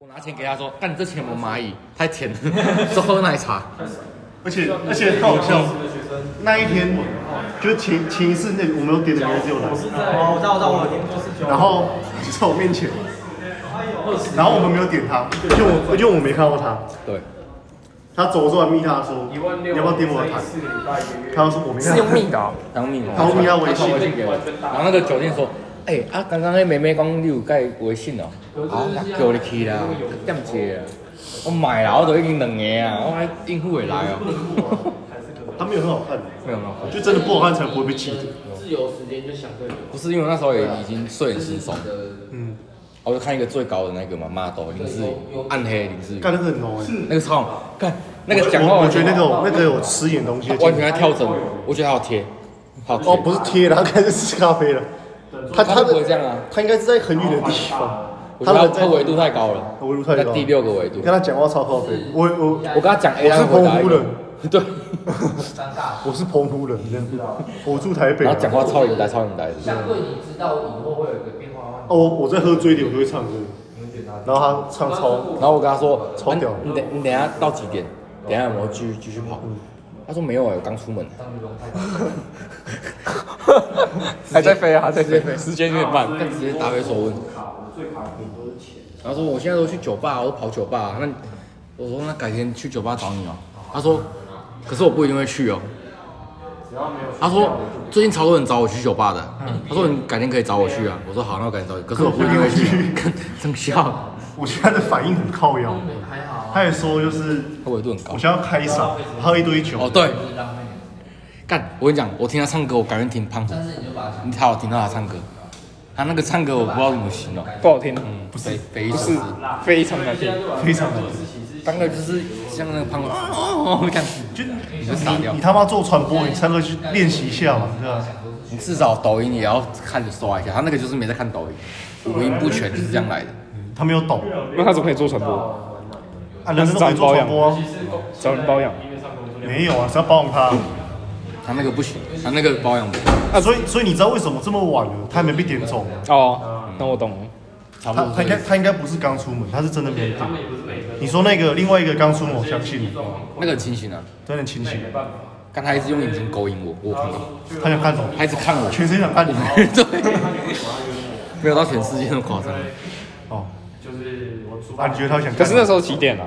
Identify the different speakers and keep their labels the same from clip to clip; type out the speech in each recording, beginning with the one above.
Speaker 1: 我拿钱给他说，干你这钱我蚂蚁，太甜 了，是喝奶茶。
Speaker 2: 而且而且很好笑，那一天就是前前一次那个我们有点的人只有来，
Speaker 3: 哦，我知道，我知道，我有听过四九。
Speaker 2: 然后就在我面前，然后我们没有点他，就我就我没看到他，
Speaker 1: 对，
Speaker 2: 他走的时候还密他说，你要不要点我的痰？他说我没看
Speaker 4: 是
Speaker 2: 到
Speaker 4: 用，命的、哦，
Speaker 1: 当面哦
Speaker 2: 他密他微
Speaker 1: 他
Speaker 2: 信
Speaker 1: 传，微信给我，然后那个酒店说，哎、啊，刚刚那妹妹讲你有盖微信哦，啊，那叫你去啦，点一啊，我买啦，我都已经两个啊，我还应付会来 哦，
Speaker 2: 他没有很好看，
Speaker 1: 没有没有，
Speaker 2: 就真的不好看才不会被记得。
Speaker 5: 自由时间就想对流，
Speaker 1: 不是因为我那时候也已经睡很稀松，
Speaker 2: 嗯，
Speaker 1: 我就看一个最高的那个嘛，骂斗林志颖，暗黑林志颖，
Speaker 2: 干那个很浓哎，
Speaker 1: 那个超好看，那个
Speaker 2: 我
Speaker 1: 讲话
Speaker 2: 我我觉得那个有那个有吃点东西的
Speaker 1: 他
Speaker 2: 劲
Speaker 1: 完全在跳针，我觉得好贴，好贴
Speaker 2: 哦，不是贴的，他开始吃咖啡了。他
Speaker 1: 他
Speaker 2: 他
Speaker 1: 不会
Speaker 2: 的
Speaker 1: 这样啊，
Speaker 2: 他应该是在很远的地方，
Speaker 1: 我觉得
Speaker 2: 人
Speaker 1: 他他维度太高了，
Speaker 2: 维度太高
Speaker 1: 在第六个维度
Speaker 2: 跟。他讲话超靠背，我我
Speaker 1: 我跟他讲 A，
Speaker 2: 我
Speaker 1: 他
Speaker 2: 是
Speaker 1: 会回答
Speaker 2: 澎
Speaker 1: 一
Speaker 2: 湖
Speaker 1: 个
Speaker 2: 人，
Speaker 1: 对，
Speaker 2: 我是澎湖人，这样 我住台北啊。
Speaker 1: 然后讲话超灵呆，超灵呆的。
Speaker 5: 相对你知道以后会有一个变化。
Speaker 2: 哦，我我在喝醉一点，我就会唱歌，然后他唱超，
Speaker 1: 然后我跟他说，
Speaker 2: 超屌
Speaker 1: 啊你等你等一下到几点？等一下我们继续继续跑。他说没有哎，我刚出 门，
Speaker 4: 还在飞啊，还在飞。
Speaker 1: 时间有点慢，但直接答啊非所问。然后说我现在都去酒吧，我都跑酒吧。那你我说那改天去酒吧找你哦。他说，可是我不一定会去哦。他说最近超多人找我去酒吧的，他说你改天可以找我去啊。我说好，那我改天找 你。可是我不一定会去，看真笑。
Speaker 2: 我觉得他的反应很靠腰。
Speaker 1: 啊
Speaker 2: 他也说就是
Speaker 1: 他维度很高
Speaker 2: 我。想要开嗓，喝一堆酒。
Speaker 1: 哦，对。干，我跟你讲，我听他唱歌，我感觉挺胖的。你好，我听到他唱歌，他那个唱歌我不知道怎么形容，
Speaker 4: 不好听，
Speaker 1: 不是非
Speaker 4: 不是
Speaker 1: 常，
Speaker 4: 非常难听。
Speaker 2: 非常的，
Speaker 1: 当个就是像那个胖哥，哦哦，这样子，
Speaker 2: 就你
Speaker 1: 你就傻掉
Speaker 2: 你。他妈做传播，你唱歌去练习一下嘛，对吧？
Speaker 1: 你至少抖音也要看着刷一下，他那个就是没在看抖音，五音不全就是这样来的。
Speaker 2: 他没有懂，
Speaker 4: 那他怎么可以做传播？
Speaker 2: 啊，人家都可以做传播啊，
Speaker 4: 找人包养？
Speaker 2: 没有啊，谁要包容他？
Speaker 1: 他那个不行，他那个保养不
Speaker 2: 啊，所以所以你知道为什么这么晚了，他还没被点中？
Speaker 4: 哦，那我懂了。
Speaker 1: 差不
Speaker 2: 他
Speaker 1: 多
Speaker 2: 他
Speaker 1: 是
Speaker 2: 应
Speaker 1: 这
Speaker 2: 该
Speaker 1: 个。
Speaker 2: 他应该不是刚出门，他是真的没点。你说那个另外一个刚出门，我相信你，
Speaker 1: 那个很清醒啊，
Speaker 2: 真的清醒，
Speaker 1: 刚才一直用眼睛勾引我，我有看到，
Speaker 2: 他想看什么？
Speaker 1: 他一直看我，
Speaker 2: 全身想看你。
Speaker 1: 对，没有到全世界那么夸张，
Speaker 2: 哦，就是我啊，你觉得他想看你？
Speaker 4: 可是那时候几点啊？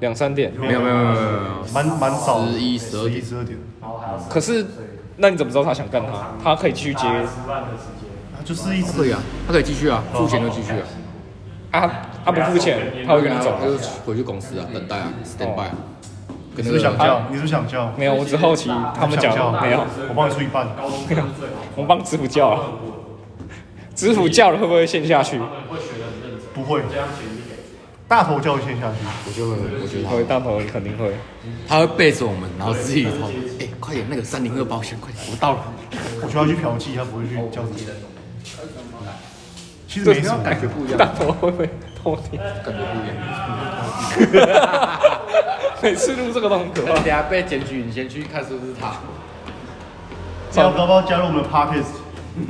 Speaker 4: 两三点。
Speaker 1: 没有没有没有没有没有。
Speaker 2: 蛮蛮早的，
Speaker 1: 十一十二点
Speaker 2: 十一十二点，
Speaker 4: 可是，那你怎么知道他想干他？他可以去接
Speaker 2: 啊就是一
Speaker 1: 可以
Speaker 2: 直
Speaker 1: 啊，他可以继续啊，付钱就继续啊，
Speaker 4: 啊？他不付钱，他会跟你走啊
Speaker 1: 他
Speaker 4: 吗。
Speaker 1: 就回去公司啊，等待啊，stand by 啊，跟
Speaker 2: 你
Speaker 1: 那个
Speaker 2: 是不是想叫？你是不是想叫？
Speaker 4: 没有，我只好奇他们讲
Speaker 2: 想叫
Speaker 4: 没有，
Speaker 2: 我帮你出一半。
Speaker 4: 我帮知府叫啊。知府叫了会不会陷下去？
Speaker 2: 不会，大头叫我先下去，
Speaker 1: 我就会，我觉得他
Speaker 4: 会，
Speaker 1: 会，
Speaker 4: 大头肯定会。
Speaker 1: 他会背着我们，然后自己跑，哎，快点，那个三零二包厢，快点，我到了。
Speaker 2: 我就要去嫖妓，他不会去叫自己。其实
Speaker 4: 对
Speaker 2: 没什么，
Speaker 1: 感觉不一样，
Speaker 4: 大头会不会偷听？
Speaker 1: 感觉不一样。
Speaker 4: 每次录这个都很可怕
Speaker 1: 等。下被检举，你先去看是不是他。
Speaker 2: 要不要加入我们的 podcast？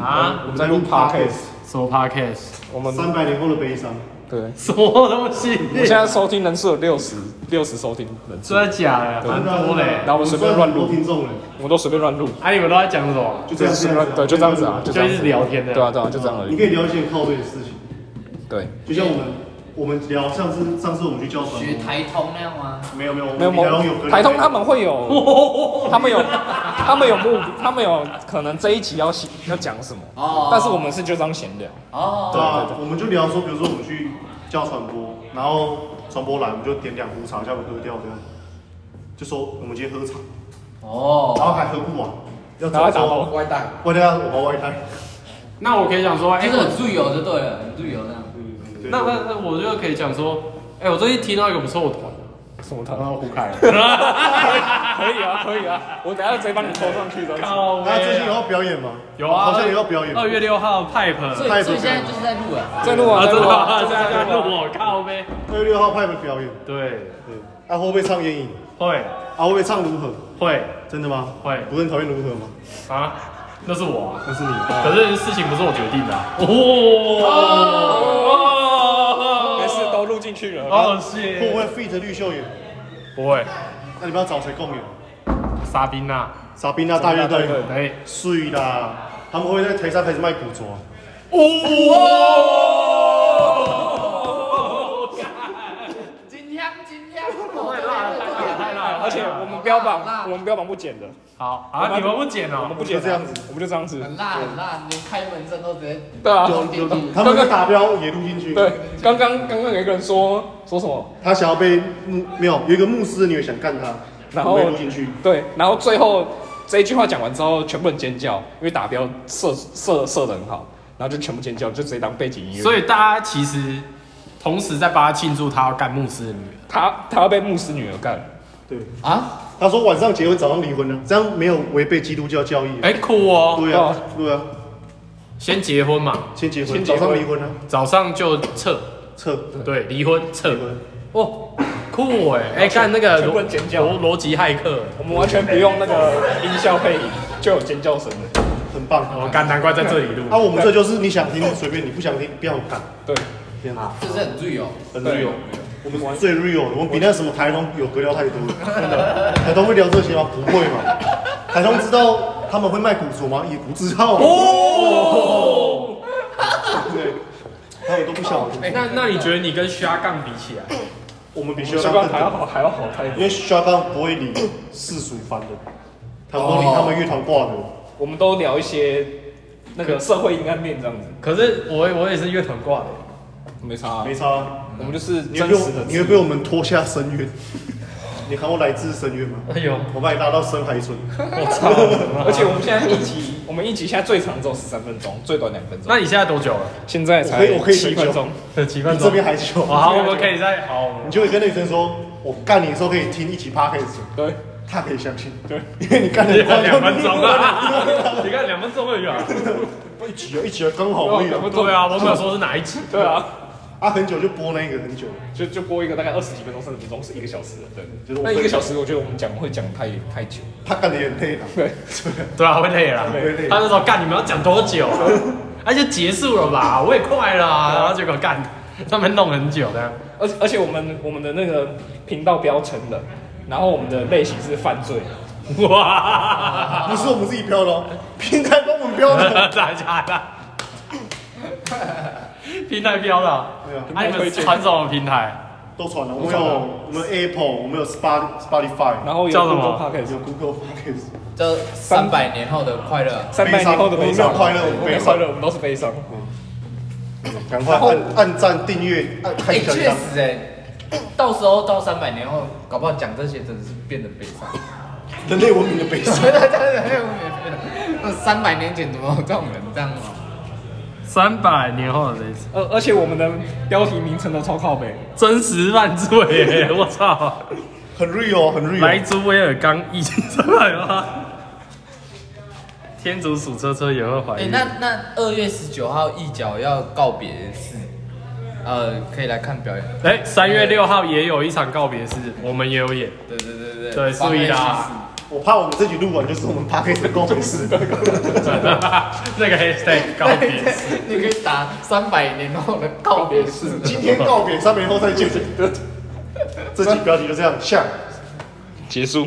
Speaker 3: 啊，
Speaker 2: 我们在录 podcast，
Speaker 3: 什么 podcast？
Speaker 4: 我们
Speaker 2: 三百年后的悲伤。
Speaker 4: 对，
Speaker 3: 什么东西？
Speaker 4: 我现在收听人数有六十，六十收听人数，
Speaker 3: 真的假的？蛮多嘞
Speaker 4: 然。后我们随便乱
Speaker 2: 我
Speaker 4: 录
Speaker 2: 们算很多，听众了，
Speaker 4: 我都随便乱录，
Speaker 3: 啊，你们都在讲什么？
Speaker 2: 就这
Speaker 4: 就
Speaker 2: 样
Speaker 4: 是
Speaker 2: 子啊，
Speaker 4: 对，就这样子啊，就这
Speaker 3: 就
Speaker 4: 样
Speaker 3: 一
Speaker 4: 子
Speaker 3: 直。聊天的。
Speaker 4: 对啊，对啊，就这样而
Speaker 2: 你
Speaker 4: 已。
Speaker 2: 可以聊一些靠背的事情，
Speaker 1: 对，
Speaker 2: 就像我们我们聊上次上次我们去教传
Speaker 5: 学
Speaker 2: 播，
Speaker 5: 台通那样吗？
Speaker 2: 没有没有，我
Speaker 4: 没有
Speaker 2: 们
Speaker 4: 某
Speaker 2: 台东有跟
Speaker 4: 台通他们会有，他们有，他们有目，他们有可能这一集要写要讲什么，
Speaker 5: 哦
Speaker 4: 但是我们是就这样闲聊，
Speaker 5: 哦，
Speaker 2: 对啊，我们就聊说，比如说我们去教传播，然后传播来我们就点两壶茶，叫他们喝掉这样，就说我们今天喝茶，然
Speaker 5: 哦，
Speaker 2: 后还喝不完，要
Speaker 4: 然后打包
Speaker 1: 外带。
Speaker 2: 外带我包外带，
Speaker 3: 那我可以讲说，哎
Speaker 5: 就，是很自由就对了，很自由这样。
Speaker 2: 对
Speaker 3: 那那那我就可以讲说，哎，我最近听到一个不错的团。
Speaker 4: 什 么的。
Speaker 2: 然后胡 开，
Speaker 4: 可以啊，可以啊，我等下直接帮你扣上去的。
Speaker 3: 靠
Speaker 2: 那最近有要表演吗？
Speaker 3: 有啊，
Speaker 2: 好像有要表演，
Speaker 3: 二月六号 Pipe。
Speaker 5: 所以所以现在就是在录了，
Speaker 4: 在录啊，
Speaker 3: 啊，
Speaker 4: 在
Speaker 3: 真
Speaker 4: 录
Speaker 3: 的
Speaker 4: 啊，
Speaker 3: 吗？
Speaker 4: 正
Speaker 3: 这样在
Speaker 4: 在录啊。
Speaker 3: 录我靠呗。
Speaker 2: 二月六号派的表演，
Speaker 3: 对对，
Speaker 2: 啊会不会唱烟影？
Speaker 3: 会
Speaker 2: 啊会不会唱如何？
Speaker 3: 会
Speaker 2: 真的吗？
Speaker 3: 会
Speaker 2: 不是很讨厌如何吗？
Speaker 3: 啊，那是我啊。
Speaker 2: 那是你，
Speaker 3: 可是事情不是我决定的啊。哦。
Speaker 4: 没事，都录进进去了。
Speaker 3: 好恶
Speaker 2: 会不
Speaker 3: 心，
Speaker 2: 会 fit 绿秀眼？
Speaker 3: 不会，
Speaker 2: 那你们要找谁共演？
Speaker 3: 沙丁娜，
Speaker 2: 傻逼那大乐队，
Speaker 3: 哎，
Speaker 2: 睡啦！他们会在台上开始卖古着，
Speaker 5: 金枪金枪，
Speaker 3: 太辣了，
Speaker 4: 而且我们标榜，我们标榜不剪的，
Speaker 3: 好啊，你们不剪
Speaker 4: 我
Speaker 3: 哦
Speaker 4: 们，不剪的
Speaker 2: 就这样子，
Speaker 4: 我们就这样子。
Speaker 5: 很辣很辣，啊连开门声都直接
Speaker 4: 对啊，
Speaker 5: 丢进去。
Speaker 2: 他们的打标也录进去。
Speaker 4: 对，刚刚刚刚有一个人说说什么，
Speaker 2: 他想要被牧没有有一个牧师的女的想干他，
Speaker 4: 然后
Speaker 2: 我没录进去。
Speaker 4: 对，然后最后这一句话讲完之后，全部人尖叫，因为打标射射射的很好，然后就全部尖叫，就直接当背景音乐。
Speaker 3: 所以大家其实同时在帮他庆祝他要干牧师的女儿，
Speaker 4: 他他要被牧师女儿干，
Speaker 2: 对，
Speaker 5: 啊，
Speaker 2: 他说晚上结婚，早上离婚呢，这样没有违背基督教教义。啊
Speaker 3: 哎，酷哦，
Speaker 2: 对啊，对啊，
Speaker 3: 先结婚嘛，
Speaker 2: 先结婚，
Speaker 4: 先结
Speaker 2: 早
Speaker 4: 婚
Speaker 2: 上离婚啊，
Speaker 3: 早上就撤，
Speaker 2: 撤
Speaker 3: 对，离婚撤
Speaker 2: 离，婚。
Speaker 3: 哦，酷哎，哎，干那个
Speaker 4: 全部
Speaker 3: 逻
Speaker 4: 人尖叫
Speaker 3: 逻辑骇客，
Speaker 4: 我们完全不用那个音效配音，就有尖叫声了。
Speaker 2: 很棒。
Speaker 3: 我干难怪在这里录
Speaker 2: 啊，，我们这就是你想听你随便，你不想听不要看，
Speaker 4: 对，
Speaker 2: 天啊，
Speaker 5: 这是很醉哦。
Speaker 2: 很
Speaker 4: 对
Speaker 2: real。我们最 real，的我们比那什么台东有格调太多了。真的，台东会聊这些吗？不会 嘛。台东知道他们会卖古着吗？也不知道。
Speaker 3: 哦，
Speaker 2: 对，他们都不晓得。
Speaker 4: 哎
Speaker 3: 那那你觉得你跟虾杠比起来，
Speaker 2: 我们比
Speaker 4: 希
Speaker 2: 修刚
Speaker 4: 望还要好还要好太
Speaker 2: 因
Speaker 4: 多。
Speaker 2: 为肖刚不会理世俗番的，他不
Speaker 4: 哦
Speaker 2: 会理他们乐团挂的。
Speaker 4: 我们都聊一些那个社会阴暗面这样子，
Speaker 3: 可是我我也是乐团挂的，
Speaker 4: 没差、啊
Speaker 2: 没，差啊，
Speaker 4: 我们就是
Speaker 2: 你会
Speaker 4: 真
Speaker 2: 被
Speaker 4: 实
Speaker 2: 我
Speaker 4: 的
Speaker 2: 你会被我们拖下深渊。你看过《来自深渊》吗？
Speaker 3: 哎呦，
Speaker 2: 我把你拉到深海村。
Speaker 3: 我操！
Speaker 4: 而且我们现在一集，我们一集现在最长只有十三分钟，最短两分钟。
Speaker 3: 那你现在多久了？
Speaker 4: 现在
Speaker 2: 我可以
Speaker 4: 才
Speaker 2: 我可以
Speaker 4: 七
Speaker 2: 很久
Speaker 4: 分钟，
Speaker 3: 几
Speaker 2: 你
Speaker 3: 分钟？
Speaker 2: 这边还久
Speaker 3: 哦好，我们可以再好，我们
Speaker 2: 你就会跟那个女生说：“我干你的时候可以听一集 p o d c a s
Speaker 4: 对，
Speaker 2: 他可以相信，
Speaker 4: 对，
Speaker 2: 因为你干的
Speaker 3: 看两分钟啊！你看两分钟而已啊！
Speaker 2: 一集啊，一集啊，刚好而已啊。
Speaker 3: 对啊，我没有说是哪一集。
Speaker 4: 对啊，
Speaker 2: 啊，很久就播那个很久，
Speaker 4: 就就播一个大概二十几分钟、三十分钟，是一个小时的，
Speaker 2: 就
Speaker 4: 对
Speaker 2: 是。我
Speaker 4: 那一个小时，我觉得我们讲会讲太太久，
Speaker 2: 他干的也很累啊了。
Speaker 4: 对，
Speaker 3: 对啊，会累了啦。
Speaker 2: 会累
Speaker 3: 他那时候干，你们要讲多久啊？那就结束了吧，我也快了啊，然后结果干，他们弄很久的。
Speaker 4: 而且而且我们我们的那个频道标成人，然后我们的类型是犯罪，
Speaker 3: 哇！
Speaker 2: 不是我们自己标的哦，平台帮我们标的。
Speaker 3: 大家的。平台标了，
Speaker 2: 对啊
Speaker 3: 那你们传什么平台？
Speaker 2: 都传了，我
Speaker 4: 都
Speaker 2: 们
Speaker 4: 传
Speaker 2: 有
Speaker 4: 了
Speaker 2: 我们有 Apple，我们有 Spot Spotify，
Speaker 4: 然后有
Speaker 3: 叫什么
Speaker 4: Google Podcast，
Speaker 2: 有 Google Podcast。
Speaker 5: 这三百年后的快乐，
Speaker 4: 三百年后的悲伤，
Speaker 2: 我们没有快乐
Speaker 4: 我们没有快乐，我们都是悲伤。
Speaker 2: 赶快按按赞、订阅、按开
Speaker 5: 哎，
Speaker 2: 小铃
Speaker 5: 确
Speaker 2: 铛。
Speaker 5: 实哎，到时候到三百年后，搞不好讲这些真的是变得悲伤。
Speaker 2: 人类文明的悲伤。
Speaker 5: 对对对，那三百年前怎么有这种人这样哦？
Speaker 3: 三百年后的这一次，
Speaker 4: 而而且我们的标题名称都超靠北，
Speaker 3: 真实犯罪耶、我操！
Speaker 2: 很 real，很哦 real。
Speaker 3: 莱猪威尔刚一起出来吗？天竺鼠车车也会怀
Speaker 5: 哎，
Speaker 3: 孕。
Speaker 5: 那那二月十九号一角要告别是，呃，可以来看表演。
Speaker 3: 哎，三、月六号也有一场告别式，我们也有演。
Speaker 5: 对对对对
Speaker 3: 对
Speaker 5: 防
Speaker 3: 注意
Speaker 5: 疫
Speaker 3: 啦
Speaker 2: 我怕我们这集录完就是我们 Podcast 的公 司。
Speaker 3: 那个 hashtag 告别
Speaker 5: 意
Speaker 3: 式，
Speaker 5: 识 你可以打三百年后的告别式。
Speaker 2: 今天告别，三年后再见。这集标题就这样，下。
Speaker 4: 结束。